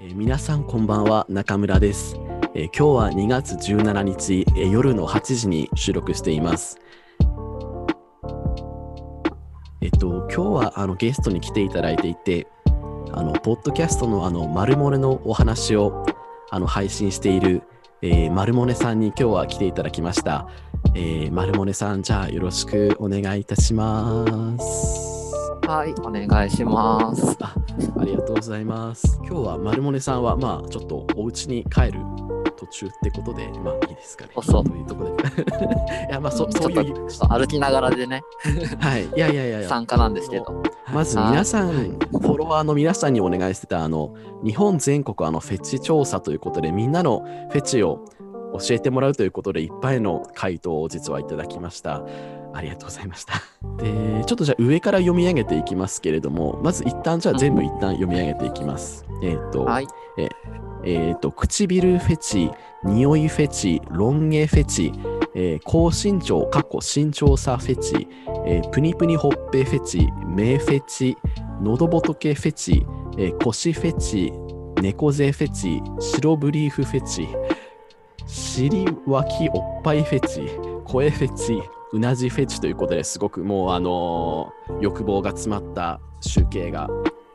えー皆さんこんばんは中村です、えー今日は2月17日、えー夜の8時に収録していますえっと今日はあのゲストに来ていただいていてあのポッドキャストのあのマルモネのお話をあの配信している、えー、マルモネさんに今日は来ていただきました、えー、マルモネさんじゃあよろしくお願いいたしますはい、お願いします。あありがとうございます。今日はマルモネさんは、まあ、ちょっとお家に帰る途中ってことで、まあいいですかね。あそうというところで。 いや、まあそ、そういう、ちょっと歩きながらでね、はい。いやいやいやいや参加なんですけど。まず皆さん、フォロワーの皆さんにお願いしてた、あの、日本全国あのフェチ調査ということで、みんなのフェチを教えてもらうということで、いっぱいの回答を実はいただきました。ありがとうございました。で、ちょっとじゃあ上から読み上げていきますけれども、まず一旦じゃあ全部一旦読み上げていきます。えっ、と、はい、えー、と唇フェチ、匂いフェチ、ロン毛フェチ、えー高身長、かっこ身長差フェチ、えープニプニほっぺフェチ、目フェチ、喉仏フェチ、えー腰フェチ、猫背フェチ、白ブリーフフェチ、尻脇おっぱいフェチ、声フェチ、うなじフェチということですごくもうあのー欲望が詰まった集計が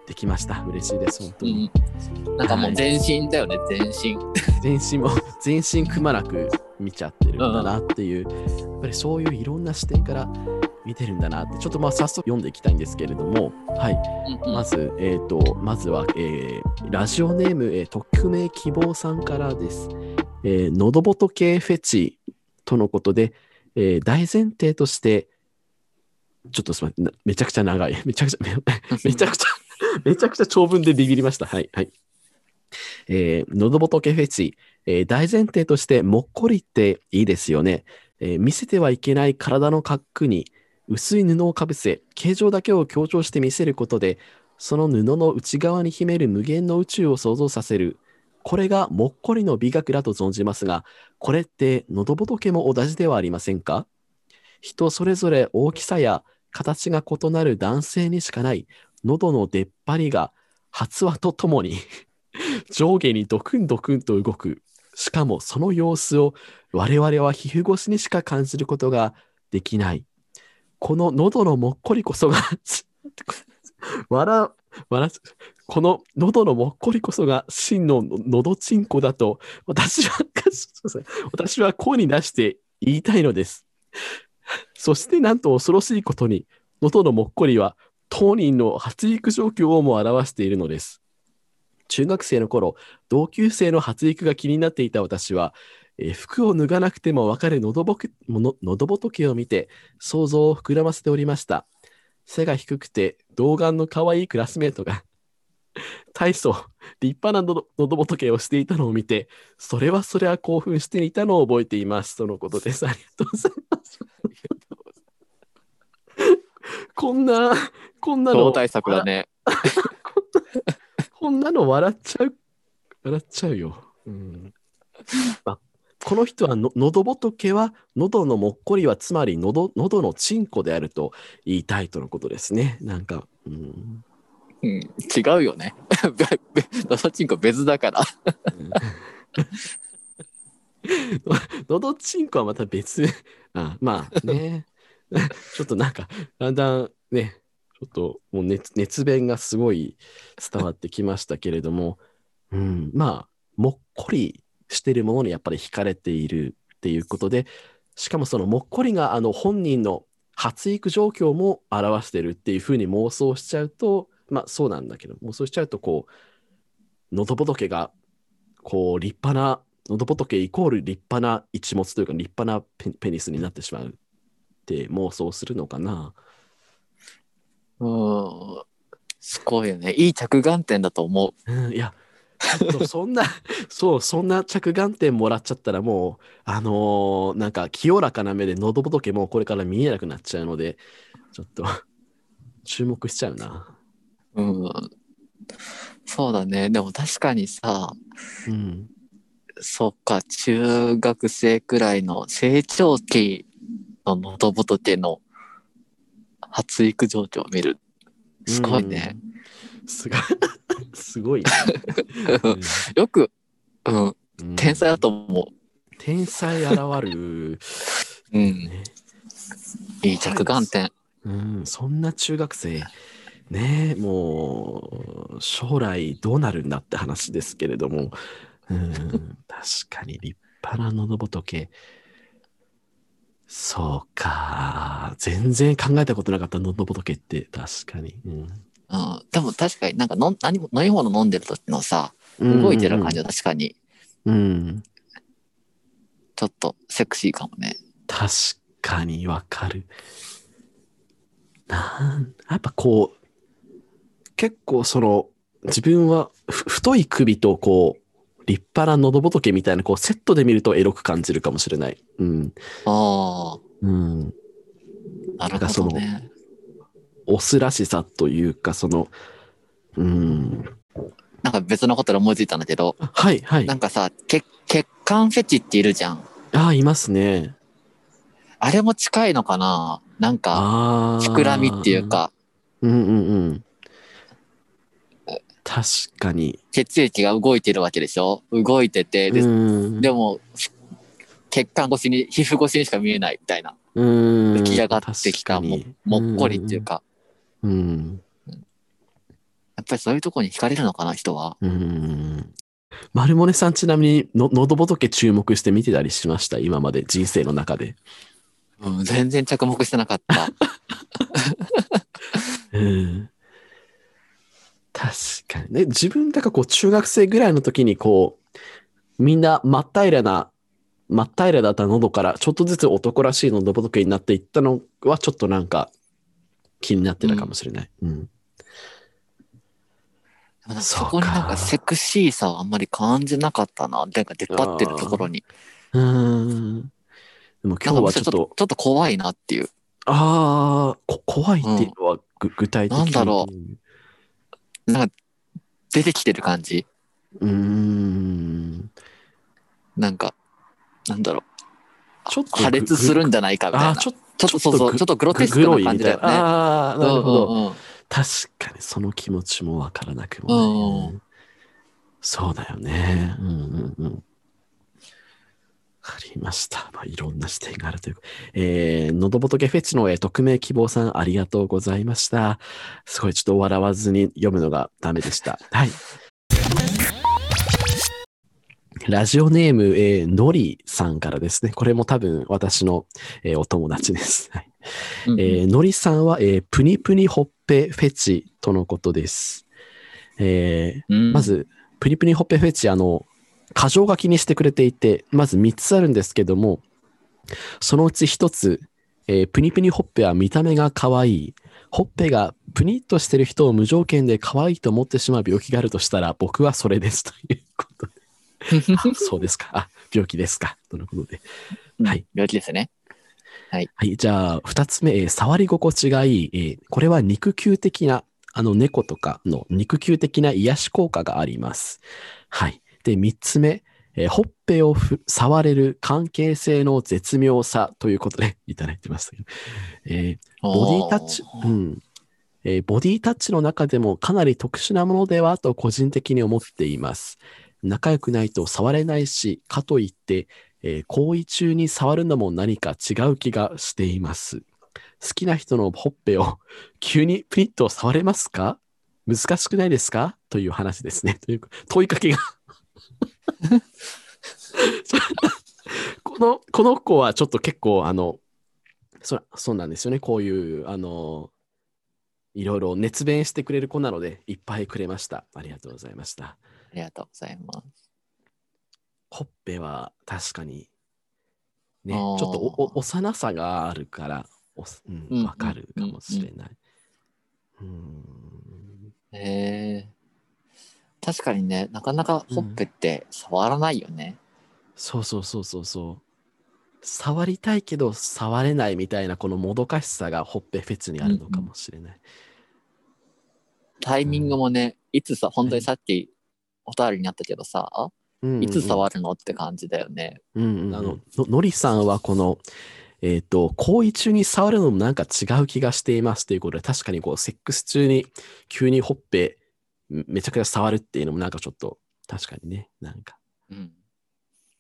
できました。嬉しいです、本当うに。ん。なんかもう全身だよね、全身。全身も 全身くまなく見ちゃってるんだなっていう、やっぱりそういういろんな視点から見てるんだなってちょっとまあ早速読んでいきたいんですけれどもはいうんうまんず、えー、とまずは、えーラジオネーム、えー、匿名希望さんからです。えー、喉仏フェチとのことで、えー大前提として、ちょっとすみませんな、めちゃくちゃ長い、 めちゃくちゃ、め めちゃくちゃ、めちゃくちゃ長文でビビりました。はい、はい。えー、喉仏フェチ、えー大前提として、もっこりっていいですよね。えー見せてはいけない体の格に、薄い布をかぶせ、形状だけを強調して見せることで、その布の内側に秘める無限の宇宙を想像させる。これがもっこりの美学だと存じますが、これって喉仏も同じではありませんか人それぞれ大きさや形が異なる男性にしかない喉の出っ張りが発話とともに 上下にドクンドクンと動く。しかもその様子を我々は皮膚越しにしか感じることができない。この喉のもっこりこそが 笑う笑うこの喉のもっこりこそが真のの喉チンコだと私は すいません私は声に出して言いたいのです。そしてなんと恐ろしいことに喉のもっこりは当人の発育状況をも表しているのです。中学生の頃同級生の発育が気になっていた私は、えー服を脱がなくてもわかる喉ぼけもの喉仏を見て想像を膨らませておりました。背が低くて童顔の可愛いクラスメートが 大層立派な喉喉仏をしていたのを見てそれはそれは興奮していたのを覚えていますとのことですありがとうございますこんなこんな超の対策だね。 こんなの笑っちゃう笑っちゃうよ、うんまあこの人はの喉仏は喉のもっこりはつまり喉喉のチンコであると言いたいとのことですねなんか、うんうん、違うよね。 べべドサチンコ別だから。のどちんこはまた別。 あまあね。 ちょっとなんか、だんだんね、ちょっともう熱熱弁がすごい伝わってきましたけれども、うん、まあ、もっこりしてるものにやっぱり惹かれているっていうことで、しかもそのもっこりがあの本人の発育状況も表してるっていうふうに妄想しちゃうと、まあそうなんだけど、妄想しちゃうとこう、喉仏がこう立派な喉仏イコール立派な一物というか立派なペペニスになってしまうって妄想するのかなうん。すごいよね。いい着眼点だと思うんいやちょっとそんな そうそんな着眼点もらっちゃったらもうあのーなんか清らかな目で喉仏もこれから見えなくなっちゃうのでちょっと注目しちゃうなう。うん。そうだね。でも確かにさ、うんそっか、中学生くらいの成長期の喉仏の発育情緒を見る。すごいね。うん。すごい。 すご いね。よく、うん、うん天才だと思天才現る。う。うん。ねいい着眼点。うん、そんな中学生、ねえ、もう、将来どうなるんだって話ですけれども、うん、確かに立派な喉仏。そうか。全然考えたことなかった喉仏って、確かに。うん。でも確かになんかのん何も飲み物飲んでる時のさ、うん、動いてる感じは確かに、うん。うん、ちょっとセクシーかもね。確かにわかる。なん、やっぱこう、結構その、自分はふ太い首とこう、立派な喉仏みたいな、こう、セットで見るとエロく感じるかもしれない。うん。あうん。あ、なるほどね。オスらしさというか、その、うん。なんか別のことで思いついたんだけど、はい、はいな。んかさ、血血管フェチっているじゃん。ああ、いますね。あれも近いのかななんか、ああ。ちくらみっていう。か、うんうんうん。確かに。血液が動いてるわけでしょ動いてて、で、うんでも、血管越しに、皮膚越しにしか見えないみたいな。浮浮き上がってきたも、もっこりっていう。か、確かにうんやっぱりそういうとこに惹かれるのかな、人は。うんうん丸モネさんちなみにの、のどぼとけ注目して見てたりしました今まで人生の中で。うん、全然着目してな かった。うん確かにね。自分だからこう中学生ぐらいの時にこう、みんな真っ平らな、真っ平らだった喉からちょっとずつ男らしいのどぼとけになっていったのはちょっとなんか気になってたかもしれない。うんでもなんかそうそかこになんかセクシーさはあんまり感じなかったな。なんか出っ張ってるところに。うーん。でも今日なんかむはしちょろっとちょっと怖いなっていう。ああ、こ怖いっていうのは、ぐ具体的に。なんだろなんか出てきてる感じ。う。うーん。なんか、なんだろう。ちょっと破裂するんじゃないかみたいああな。ー、ちちょょっっとそうそう、ちょっとグロとテスグクロない感みじただいな。よね。ああ、なるほうど。んうんうん確かにその気持ちもわからなくもないね。そうだよね。うんうんうん。わかりました。まあ、いろんな視点があるという。えー、のどぼとけフェチの、えー匿名希望さん、ありがとうございました。すごい、ちょっと笑わずに読むのがダメでした。はい。ラジオネーム、えーのりさんからですね。これも多分私の、えーお友達です。はいうんうんえーのりさんは、えープニプニほっぺフェチとのことです。えーうんまず、プニプニほっぺフェチ、あの、箇条書きにしてくれていて、まず3つあるんですけども、そのうち1つ、えープニプニほっぺは見た目が可愛い。ほっぺがプニッとしてる人を無条件で可愛いと思ってしまう病気があるとしたら、僕はそれですということで。 あそうですか。あ、病気ですか。とのことで。はい。病気ですね。はい、じゃあ、二つ目、えー触り心地がいい、えーこれは肉球的な、あの猫とかの肉球的な癒し効果があります。はい。で、三つ目、えーほっぺをふ触れる関係性の絶妙さということでいただいてますけど、えーボディタッチ、おうーんえーボディタッチの中でもかなり特殊なものではと個人的に思っています。仲良くないと触れないし、かといって、えー行為中に触るのも何か違う気がしています。好きな人のほっぺを 急にプリッと触れますか難しくないですかという話ですね。と いう問いかけが この。この子はちょっと結構あのそそうなんですよね。こういう、あの、いろいろ熱弁してくれる子なので、いっぱいくれました。ありがとうございました。ありがとうございます。ほっぺは確かに、ね、ちあょーっとおお幼さがあるから、おすうんうんわかるかもしれない。うーんへえ。確かにね、なかなかほっぺって触らないよね。そうそうそうそうそう。触りたいけど触れないみたいなこのもどかしさがほっぺフェチにあるのかもしれない。タイミングもね、いつさ、本当にさっきお便りになったけどさ、うんいつ触るのって感じだよね。うんうんあのののりさんはこの、えっと行為中に触るのもなんか違う気がしていますということで確かにこうセックス中に急にほっぺめめちゃくちゃ触るっていうのもなんかちょっと確かにねなんかうん。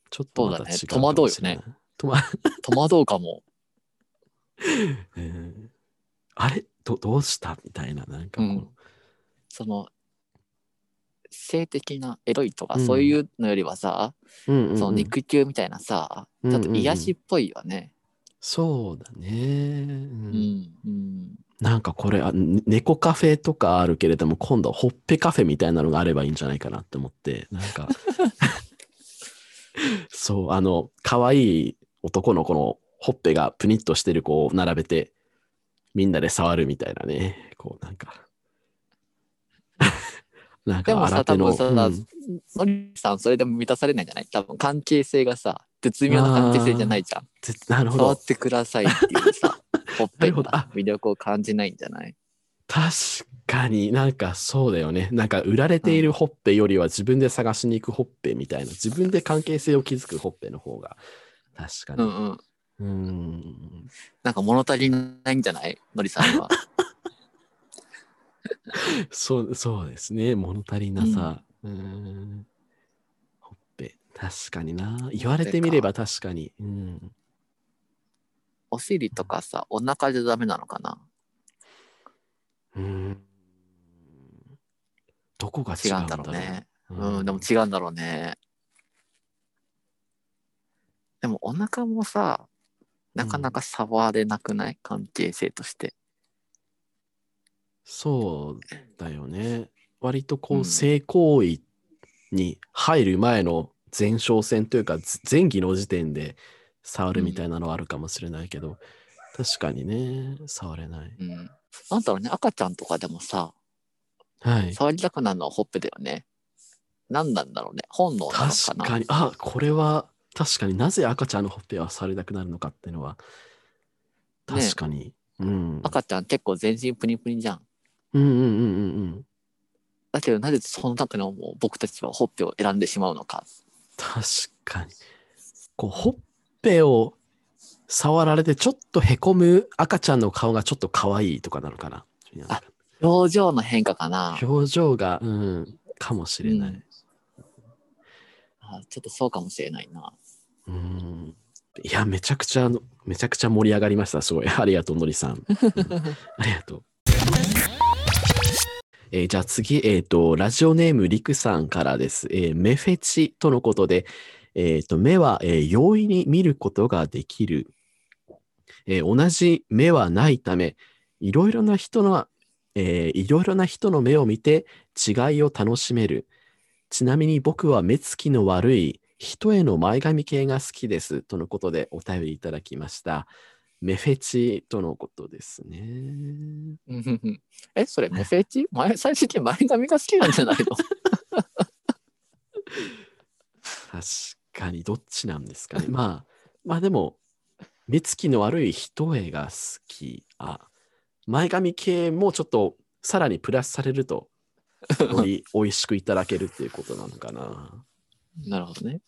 ちょっとまた違そううだね戸惑うかもよねしれない戸惑戸惑うかも。 ううんあれどどうしたみたいななんかこう、うんその、性的なエロいとかうんそういうのよりはさ、うんうんうんその肉球みたいなさ、うんちうょんっと癒しっぽいよね。そうだね、うんうん。うん。なんかこれあね猫カフェとかあるけれども今度はほっぺカフェみたいなのがあればいいんじゃないかなって思ってなん かそうあの可愛い男の子のほっぺがプニッとしてる子を並べてみんなで触るみたいなねこうなんかなんでかもさ、新手多の分さ、うんのりさんそれでも満たされないんじゃない多分関係性がさ、絶妙な関係性じゃないじゃん。ぜなるほ触どってくださいっていう さ、ほっなぺるほにどあ魅力を感じないんじゃない確かになんかそうだよね。なんか売られているほっぺよりは自分で探しに行くほっぺみたいな、自分で関係性を築くほっぺの方が確かうに。んうん。うーん。なんか物足りないんじゃないのりさんは。 そう、そうですね。物足りなさ。うーん。ほっぺ。確かにな。言われてみれば確かに。うん。お尻とかさ、お腹じゃダメなのかなうん。どこが違違ううんんだろだろううね。ううん、でも違うんだろうね。でもお腹もさ、なかなか触れなくない関係性として。そうだよね。割とこうう、ん性行為に入る前の前哨戦というか、ず前期の時点で触るみたいなのはあるかもしれないけど、確かにね、触れない。うん。なんだろうね、赤ちゃんとかでもさ、はい。触りたくなるのはほっぺだよね。何なんだろうね。本能なのか確なかに、あ、これは、確かになぜ赤ちゃんのほっぺは触れなくなるのかっていうのは、ね確かに。うん。赤ちゃん結構全身プニプニじゃん。うんうんうんうんうん。だけどなぜその中でも僕たちはほっぺを選んでしまうのか。確かに。こう、ほっぺを触られてちょっとへこむ赤ちゃんの顔がちょっと可愛いとかなのかな。あ表情の変化かな。表情が、うん、かもしれなういん。あちょっとそうかもしれないな。 うん。いや、めちゃくちゃ、めちゃくちゃ盛り上がりました。すごい。 ありがとう、のりさん。うんありがとう。えーじゃあ次、えっ、と、ラジオネームりくさんからです。えー目フェチとのことで、えっ、と、目は、えー容易に見ることができる。えー同じ目はないため、いろいろな人の、えーいろいろな人の目を見て違いを楽しめる。ちなみに僕は目つきの悪い人への前髪系が好きです。とのことでお便りいただきました。目フェチとのことですね。え、それメフェチ前最初に前髪が好きなんじゃない の確かにどっちなんですかね。まあ、まあでも、目つきの悪い人絵が好き。あ、前髪系もちょっとさらにプラスされると、より美味しくいただけるっていうことなのかな。なるほどね。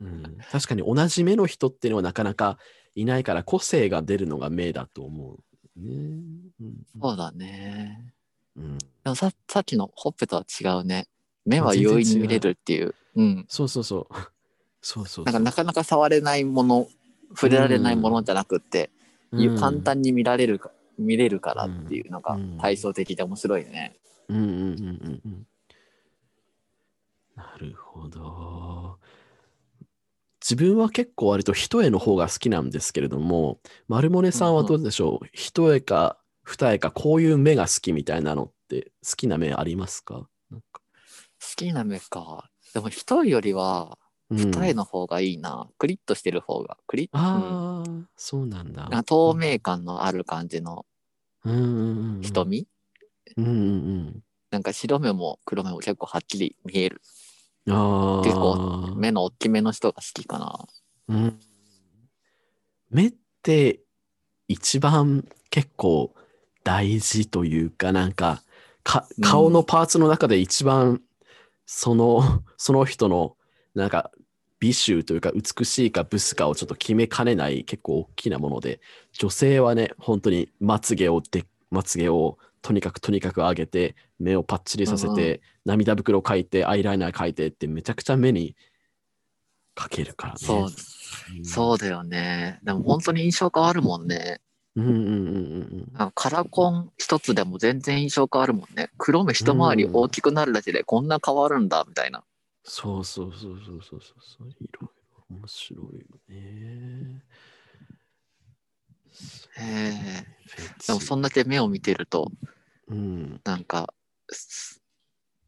うん、確かに同じ目の人っていうのはなかなかいないから個性が出るのが目だと思う、ね。うんそうだね。うん、でもささっきのほっぺとは違うね。目は容易に見れるっていう。うん。そうそうそう。そうそうそうなんかなかなか触れないもの、触れられないものじゃなくって、いうん簡単に見られるか、見れるからっていうのが対照的で面白いね。うんうんうんうんうん。なるほど。自分は結構割と一重の方が好きなんですけれども、丸モネさんはどうでしょう、一重か二重かこういう目が好きみたいなのって好きな目ありますかなんか好きな目か。でも一人よりはうん二重の方がいいな。クリッとしてる方が。クリッ、うんああ、そうなんだ。な透明感のある感じのうんうんうんうん。瞳、うんうんなんか白目も黒目も結構はっきり見える。うん。ああ。結構目の大きめの人が好きかな。うん、目って一番結構大事というかなんかかう ん顔のパーツの中で一番そのその人のなんか美醜というか美しいかブスかをちょっと決めかねない結構大きなもので女性はね本当にまつげをでまつげをとにかくとにかく上げて目をパッチリさせうんて涙袋を描いてアイライナー描いてってめちゃくちゃ目にかけるからね。そう、うんそうだよね。でも本当に印象変わるもんね。うんうんうんうんあのカラコン一つでも全然印象変わるもんね。黒目一回り大きくなるだけでこんな変わるんだ、みたいな。そうそうそうそうそうそうそう。いろいろ面白いよね。へえフェチでもそんだけ目を見てると、うん、なんか、す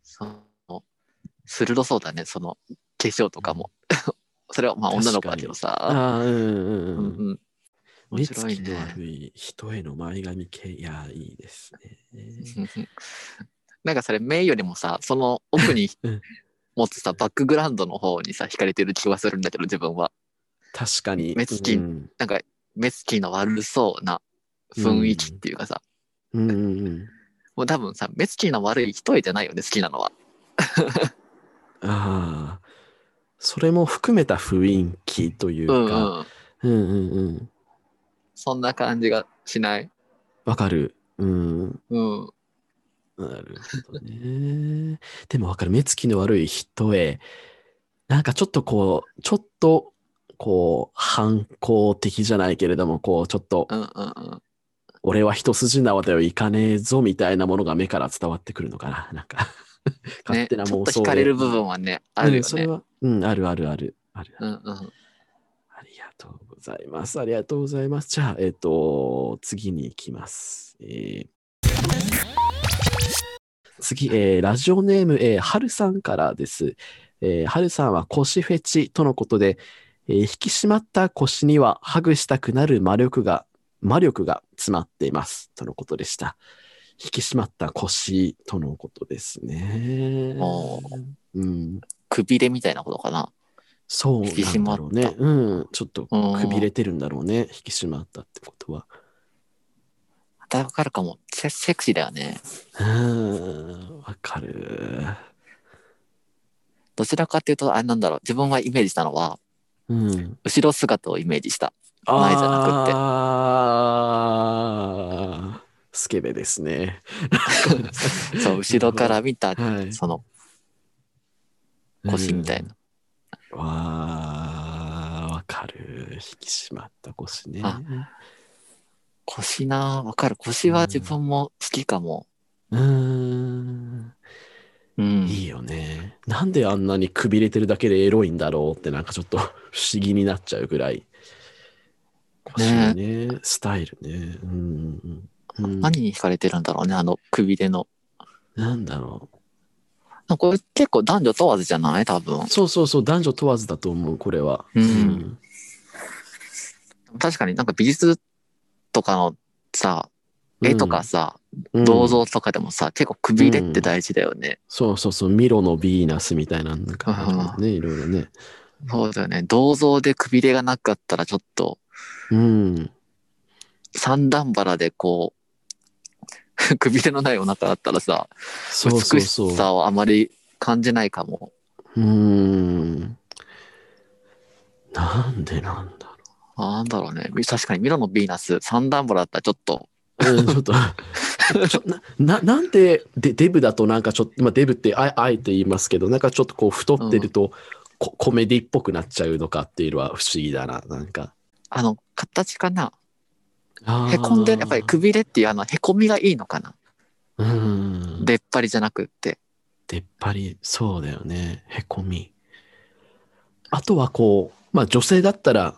その、鋭そうだね、その、化粧とかも。 それはまあ女の子だけどさ。ああ、うんうんううんん。うん。面目白ついきねの悪い人への前髪系、いやー、いいですね。なんかそれ、目よりもさ、その奥に うん持つさ、バックグラウンドの方にさ、惹かれてる気はするんだけど、自分は。確かに。目つきうんなんか、目つきの悪そうな雰囲気っていうかさ、うんうんうん。もう多分さ、目つきの悪い人じゃないよね、好きなのは。ああ、それも含めた雰囲気といううんか、うん。うんうんうん。そんな感じがしない。わかる。うん。うん。なるほどね。でもわかる。目つきの悪い人へ、なんかちょっとこう、ちょっと、こう、反抗的じゃないけれども、こう、ちょっとう、んうんうん。俺は一筋縄ではいかねえぞ、みたいなものが目から伝わってくるのかな。なん か、勝ね、手ちなょ妄っと想惹かれる部で分はね、あるうんよそれね。は、うん、あるあるある。あるあうるんうん。ありがとうございます。ありがとうございます。じゃあ、えっ、と、次に行きます。えー次、えーラジオネーム、えー、はるさんからです。えー、はるさんは腰フェチとのことで、えー引き締まった腰にはハグしたくなる魔力が、魔力が詰まっています。とのことでした。引き締まった腰とのことですねおー。うん、くびれみたいなことかな。そう引きな締んまだったろうね。うん、ちょっとうん。くびれてるんだろうね、引き締まったってことは。だからかも。セセクシーだよね。うーん、わかる。どちらかっていうと、あれなんだろう。自分はイメージしたのは、うん。後ろ姿をイメージした。前じゃなくってああ、スケベですね。そう、後ろから見 た、はいその腰みたいな。うん。わあ、わかる。引き締まった腰ね。あ腰な、わかる。腰は自分も好きかも。うーん。うん。いいよね。なんであんなにくびれてるだけでエロいんだろうってなんかちょっと 不思議になっちゃうぐらい。腰ねスタイルね。うんうんうん、うん何に惹かれてるんだろうね、あのくびれの。なんだろなんかこれ結構男女問わずじゃない多分う。。そうそうそう、男女問わずだと思う、これは。うん確かになんか美術とかのさ、絵とかさ、うん銅像とかでもさ、結構くびれって大事だよね。そうそうそう、ミロのヴィーナスみたいな、なんかあるよね、いろいろね。そうだよね。銅像でくびれがなかったらちょっと、うん。三段腹でこう、 くびれのないお腹だったらさ、そうそうそう。美しさをあまり感じないかも。うーん。なんでなんだろうなんだろうね。確かにミロのヴィーナス、三段腹だったらちょっと、うん ちょっと、ちょなななんででデブだとなんかちょっと、まあ、デブってああえて言いますけど、なんかちょっとこう太ってると、こコメディっぽくなっちゃうのかっていうのは不思議だな、なんか。あの、形かな。あーへこんでる、やっぱりくびれっていうあの、へこみがいいのかな。うん。出っ張りじゃなくって。出っ張り、そうだよね。へこみ。あとはこう、まあ女性だったら、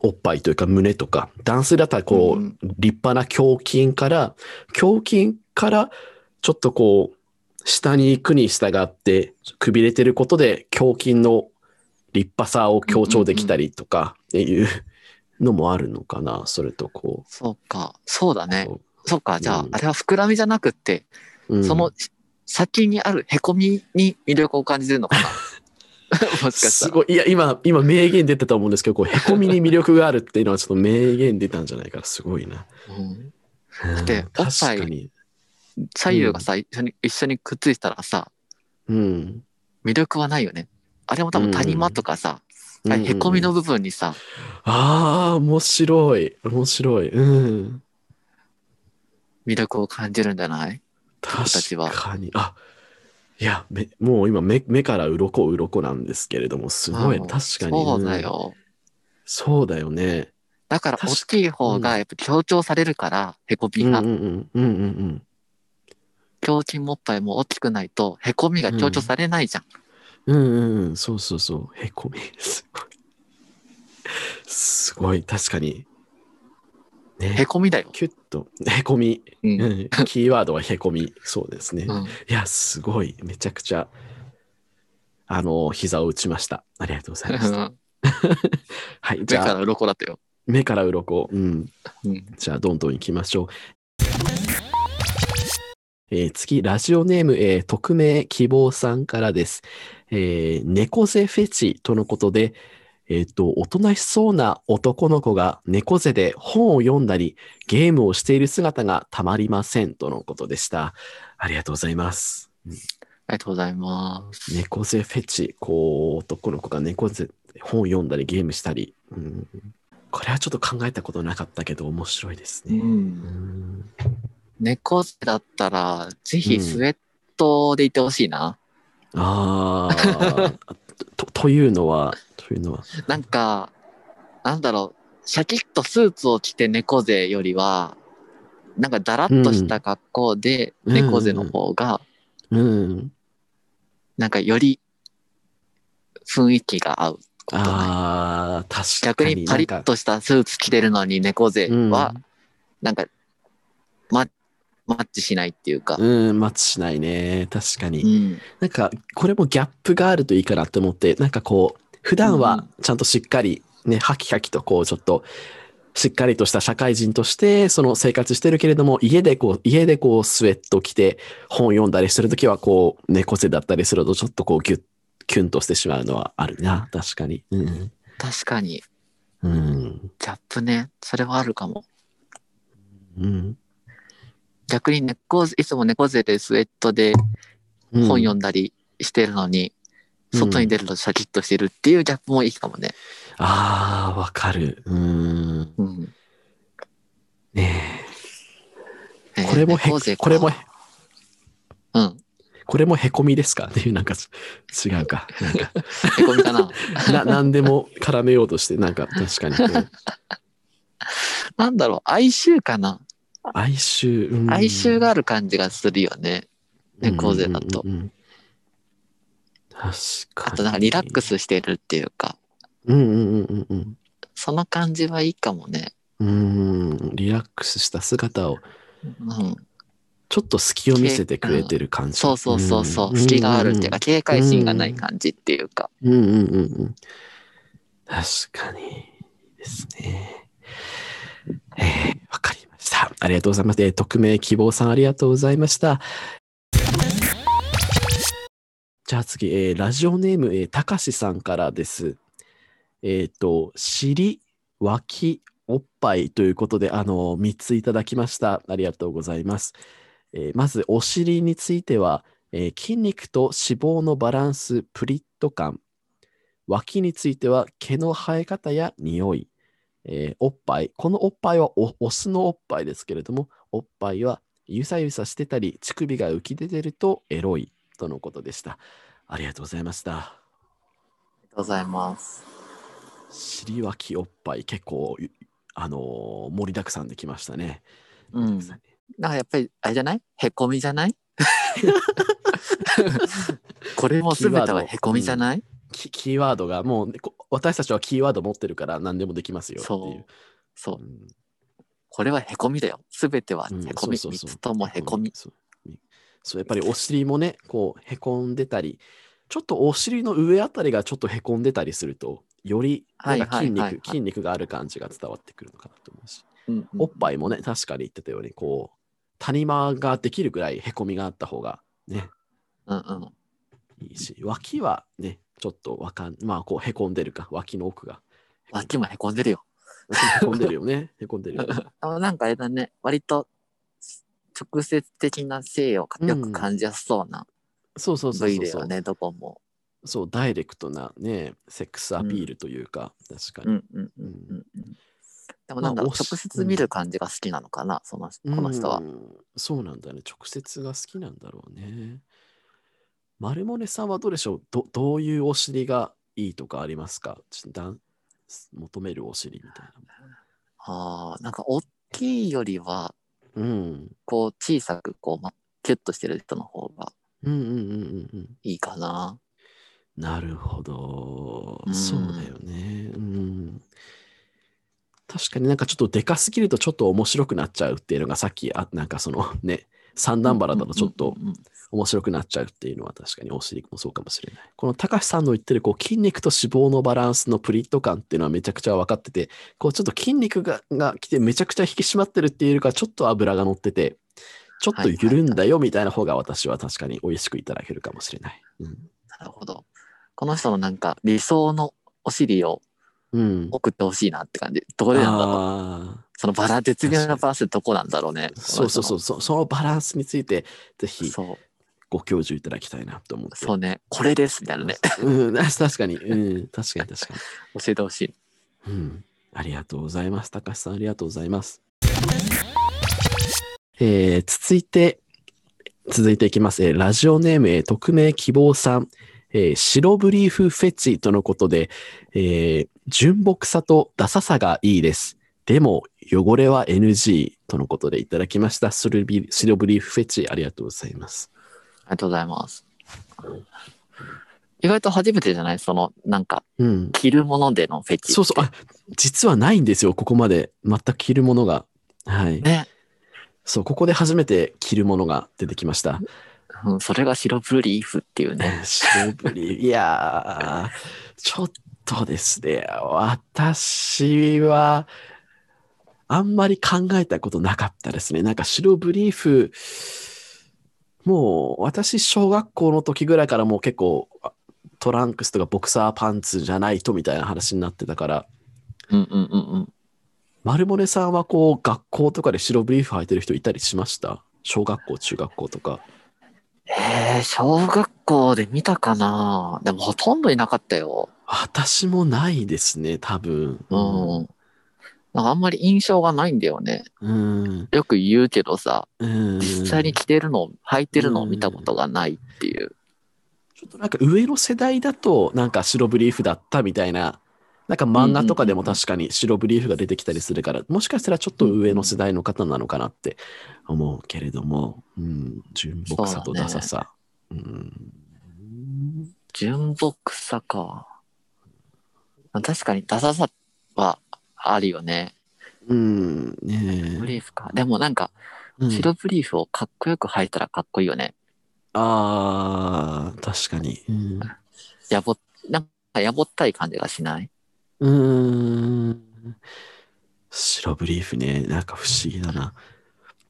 おっぱいというか胸とか、男性だったらこう、うん立派な胸筋から、胸筋からちょっとこう、下に行くに従って、くびれてることで胸筋の立派さを強調できたりとかっていうのもあるのかな、それとこそうか。そうだう。ね。こそうか。じゃあ、うんあれは膨らみじゃなくって、ううんその先にあるへこみに魅力を感じてるの かな。もしかしたすら。ごい。いや、今、今、名言出てたと思うんですけど、こう、へこみに魅力があるっていうのは、ちょっと名言出たんじゃないから、すごいな。うんうんでおっ確ぱいかに。左右がさ、一緒に、一緒にくっついたらさ、うん。魅力はないよね。あれも多分谷間とかさ、うんうんへこみの部分にさ、ああ、面白い。面白い。うん。魅力を感じるんじゃない確ちはかに。あいや、めもう今目、目から鱗鱗なんですけれども、すごい。うん確かに。そうだうんよ。そうだよね。だから確か大きい方がやっぱ強調されるから、へこみうんが。うんうん。うんうんうん。胸筋もっぱいも大きくないと、へこみが強調されないじゃん。うんうんうん。そうそうそう。へこみ。すごい。すごい。確かに。へね。こみだよ。キュッと。へこみ。う。うんん。キーワードはへこみ。そうですね。 うんいや、すごい。めちゃくちゃ、あの、膝を打ちました。ありがとうございます。はい。じ目ゃかあ、ら鱗だったよ。目から鱗。うん。うん。じゃあ、どんどん行きましょう。えー次、ラジオネーム、えー匿名希望さんからです。えー猫背フェチとのことで、えっ、と、おとなしそうな男の子が猫背で本を読んだり、ゲームをしている姿がたまりませんとのことでした。ありがとうございます。ありがとうございます。猫背フェチ、こう、男の子が猫背、本を読んだり、ゲームしたり。うんこれはちょっと考えたことなかったけど、面白いですう。ね。うんん猫背だったら、ぜひスウェットでいてほしいな。ああとというのはというのはなんか、なんだろう、シャキッとスーツを着て猫背よりは、なんかだらっとした格好でうん猫背の方が、うんなんかより雰囲気が合う。ああ確逆かににパリッとしたスーツ着てるのに猫背は、なんか、ま、マッチしないっていうなか。んかうんマッチしないね確かに、うん。なんかこれもギャップがあるといいかなって思ってなんかこう普段はちゃんとしっかりねハキハキとこうちょっとしっかりとした社会人としてその生活してるけれども家でこう家でこうスウェット着て本読んだりするときはこう猫背だったりするとちょっとこうギュッキュンとしてしまうのはあるな確かにうん確かに、うん。ギャップね。それはあるかも。うん。逆に猫背、いつも猫背でスウェットで本読んだりしてるのに、うん外に出るとシャキッとしてるっていうギャップもいいかもね。ああ、わかる。うん。うん。ねええーこれもへ、猫背かこれも、うん。これもへこみですかっていう、なんか、違うか。なん か、へこみかな。な、なんでも絡めようとして、なんか、確かにこう、なんだろう、哀愁かな。哀愁、うん哀愁がある感じがするよね。猫背だと。うんうんうん確かに。あとなんかリラック。スしてるっていうか、うんうんうんうんその感じはいいかもね。うん。うん、リラックスした姿を、うん。ちょっと隙を見せてくれてる感じ。そうそうそうそう。ん隙があるっていうか、警戒心がないうん感じっていうか。うんうんうんうん。確かに。いいですね。えーわかりました。ありがとうございます。えー匿名希望さんありがとうございました。じゃあ次、えーラジオネーム、えーたかしさんからです。えっ、と、尻、脇、おっぱいということで、あの、3ついただきました。ありがとうございます。えーまず、お尻については、えー筋肉と脂肪のバランス、プリッと感。脇については毛の生え方や匂い。えーおっぱい。このおっぱいはおオスのおっぱいですけれども、おっぱいはゆさゆさしてたり、乳首が浮き出てるとエロいとのことでした。ありがとうございました。ありがとうございます。尻脇おっぱい、結構、ゆあのー盛りだくさんできましたね。うん。なんかやっぱり、あれじゃないへこみじ ゃないこれも全てはへこみじゃない、キキーワードがもうねこ私たちはキーワード持ってるから何でもできますよっていう。そうう。んこれはへこみだよ。全てはうんへこみ。そう三、そうそうつともへこみ。そうそうやっぱりお尻もねこうへこんでたりちょっとお尻の上あたりがちょっとへこんでたりするとよりなんか筋肉、はいはいはいはい筋肉がある感じが伝わってくるのかなと思うし、うんうんおっぱいもね確かに言ってたようにこう谷間ができるぐらいへこみがあった方がねうんうん。いいし脇はねちょっとわかんまあこうへこんでるか脇の奥が脇もへこんでるよ。へこんでるよね へこんでるよねあなんかあれだね。割と直接的な性をよく感じやすそうなそうそうそうそ部位うだそうよね、どこも。そう、ダイレクトなね、セックスアピールというか、確かうに。んうんうんうんうん。でもなんだろう、まあおし直接見る感じが好きなのかな、その、この人はう。んそうなんだね。直接が好きなんだろうね。マルモネさんはどうでしょうどどういうお尻がいいとかありますかちょっとだん求めるお尻みたいああ、なんか大きいよりは、な。うん。こう小さく、こう、ま、キュッとしてる人の方がうんうんうんうんうん。いいかな。なるほどう。んそうだよね。うん。確かになんかちょっとでかすぎるとちょっと面白くなっちゃうっていうのがさっき、あなんかそのね、三段腹だとちょっとうんうんうん面白くなっちゃうっていうのは確かにお尻もそうかもしれない。この高橋さんの言ってるこう筋肉と脂肪のバランスのプリット感っていうのはめちゃくちゃ分かってて、こうちょっと筋肉がが来てめちゃくちゃ引き締まってるっていうよりかはちょっと脂が乗ってて、ちょっと緩んだよみたいな方が私は確かに美味しくいただけるかもしれない。うん。なるほど。この人のなんか理想のお尻をうん、送ってほしいなって感じ。どこでなんだろう。あそのバラ、絶妙なバランスってどこなんだろうね。。ーそうそうそううそ、そのバランスについて、ぜひそう、ご教授いただきたいなと思って。そうね。これです、みたいなね。うん、確かに、うん、確かに確か教えてほしい。に。うん、ありがとうございます。高橋さん、ありがとうございます。えー続いて、続いていきます。えーラジオネーム、えー匿名希望さん、えー白ブリーフフェチとのことで、えー純朴さとダサさがいいです。でも、汚れは NG とのことでいただきました。スルビ白ブリーフフェチ、ありがとうございます。ありがとうございます。意外と初めてじゃないその、なんか、うん。着るものでのフェチ。そうそう、あ、実はないんですよ、ここまで。全く着るものが。はい。ね。そう、ここで初めて着るものが出てきました。うん、それが白ブリーフっていうね。白ブリー、いやー、ちょっとですね、私は、あんまり考えたことなかったですね。なんか白ブリーフ、もう私、小学校の時ぐらいからもう結構、あトランクスとかボクサーパンツじゃないとみたいな話になってたから、うんうんうんうん。丸モネさんはこう、学校とかで白ブリーフ履いてる人いたりしました小学校、中学校とか。えー、小学校で見たかなでもほとんどいなかったよ。私もないですね、多分。うん。なんかあんまり印象がないんだよね。うん。よく言うけどさ、うん。実際に着てるのを、履いてるのを見たことがないっていう。ちょっとなんか上の世代だと、なんか白ブリーフだったみたいな、なんか漫画とかでも確かに白ブリーフが出てきたりするから、もしかしたらちょっと上の世代の方なのかなって思うけれども、うん、純朴さとダサさ。うん。純朴さか。まあ確かにダサさはあるよね。うん、ブねリーフか。でもなんか、え。うん白ブリーフをかっこよく履いたらかっこいいよね。ああ、確かに。うんやぼ、なんかやぼったい感じがしないうーん。白ブリーフね、なんか不思議だな。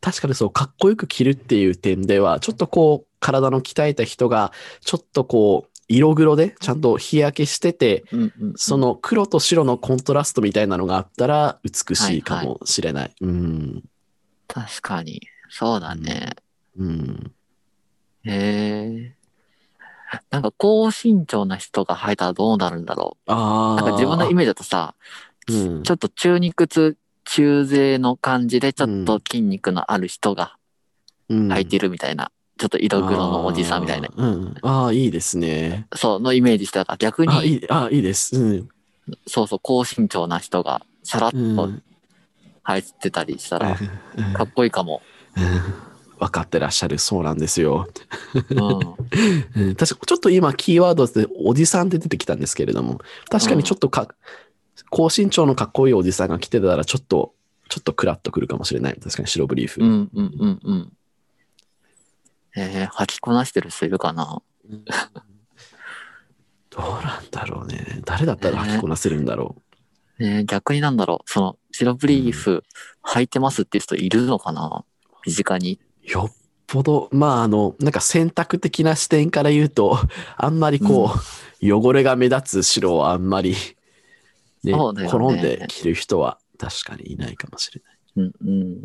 確かにそう、かっこよく着るっていう点では、ちょっとこう、体の鍛えた人が、ちょっとこう、色黒で、ちゃんと日焼けしてて、うんうんうん。その黒と白のコントラストみたいなのがあったら、美しいかもしれない。うん。確かに。そうだね。うん。へえ。なんか高身長な人が履いたらどうなるんだろう。ああ。なんか自分のイメージだとさ、うんちょっと中肉痛、中背の感じで、ちょっと筋肉のある人が履いてるみたいな、ちょっと色黒のおじさんみたいな、あーうん。ああ、いいですね。そうのイメージしたから、逆あ、いに、い、あ、いいです。うん。そうそう、高身長な人がさらっとうん履いてたりしたら、うんかっこいいかも。 分かってらっしゃるそうなんですよ。 うん。うん確かちょっと今キーワードでおじさんって出てきたんですけれども、確かにちょっとか、高身長のかっこいいおじさんが来てたらちょっと、ちょっとクラッとくるかもしれない。確かに白ブリーフ。うんうんうんうん。えー、履きこなしてる人いるかなうん どうなんだろうね。誰だったら履きこなせるんだろえー、逆になんだろう、その、白ブリーフ履いてますって人いるのかな身近に。う。よっぽど、まああの、なんか選択的な視点から言うと、 あんまりこう、汚れが目立つ白はあんまり、ね、そうだよね好んで着る人は確かにいないかもしれない。うんうん。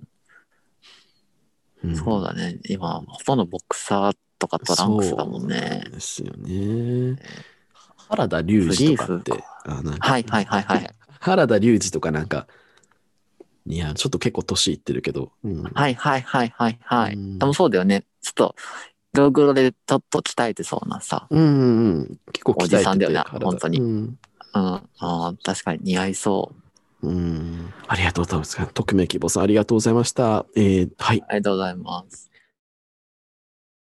うんそうだね。今、ほとんどボクサーとかトランクスだもんね。ですよね。原田龍二とかっフリーて、あなんかはいはいはいはい。 原田龍二とかなんか、いや、ちょっと結構年いってるけど、うん、はいはいはいはいはい。うん多分そうだよね。ちょっと、色黒でちょっと鍛えてそうなさ。うんうんうん、結構鍛えてておじさんだよね体本当にうんうん。ああ、確かに似合いそう。うんありがとうございます。匿名希望さん、ありがとうございました。えーはい。ありがとうございます。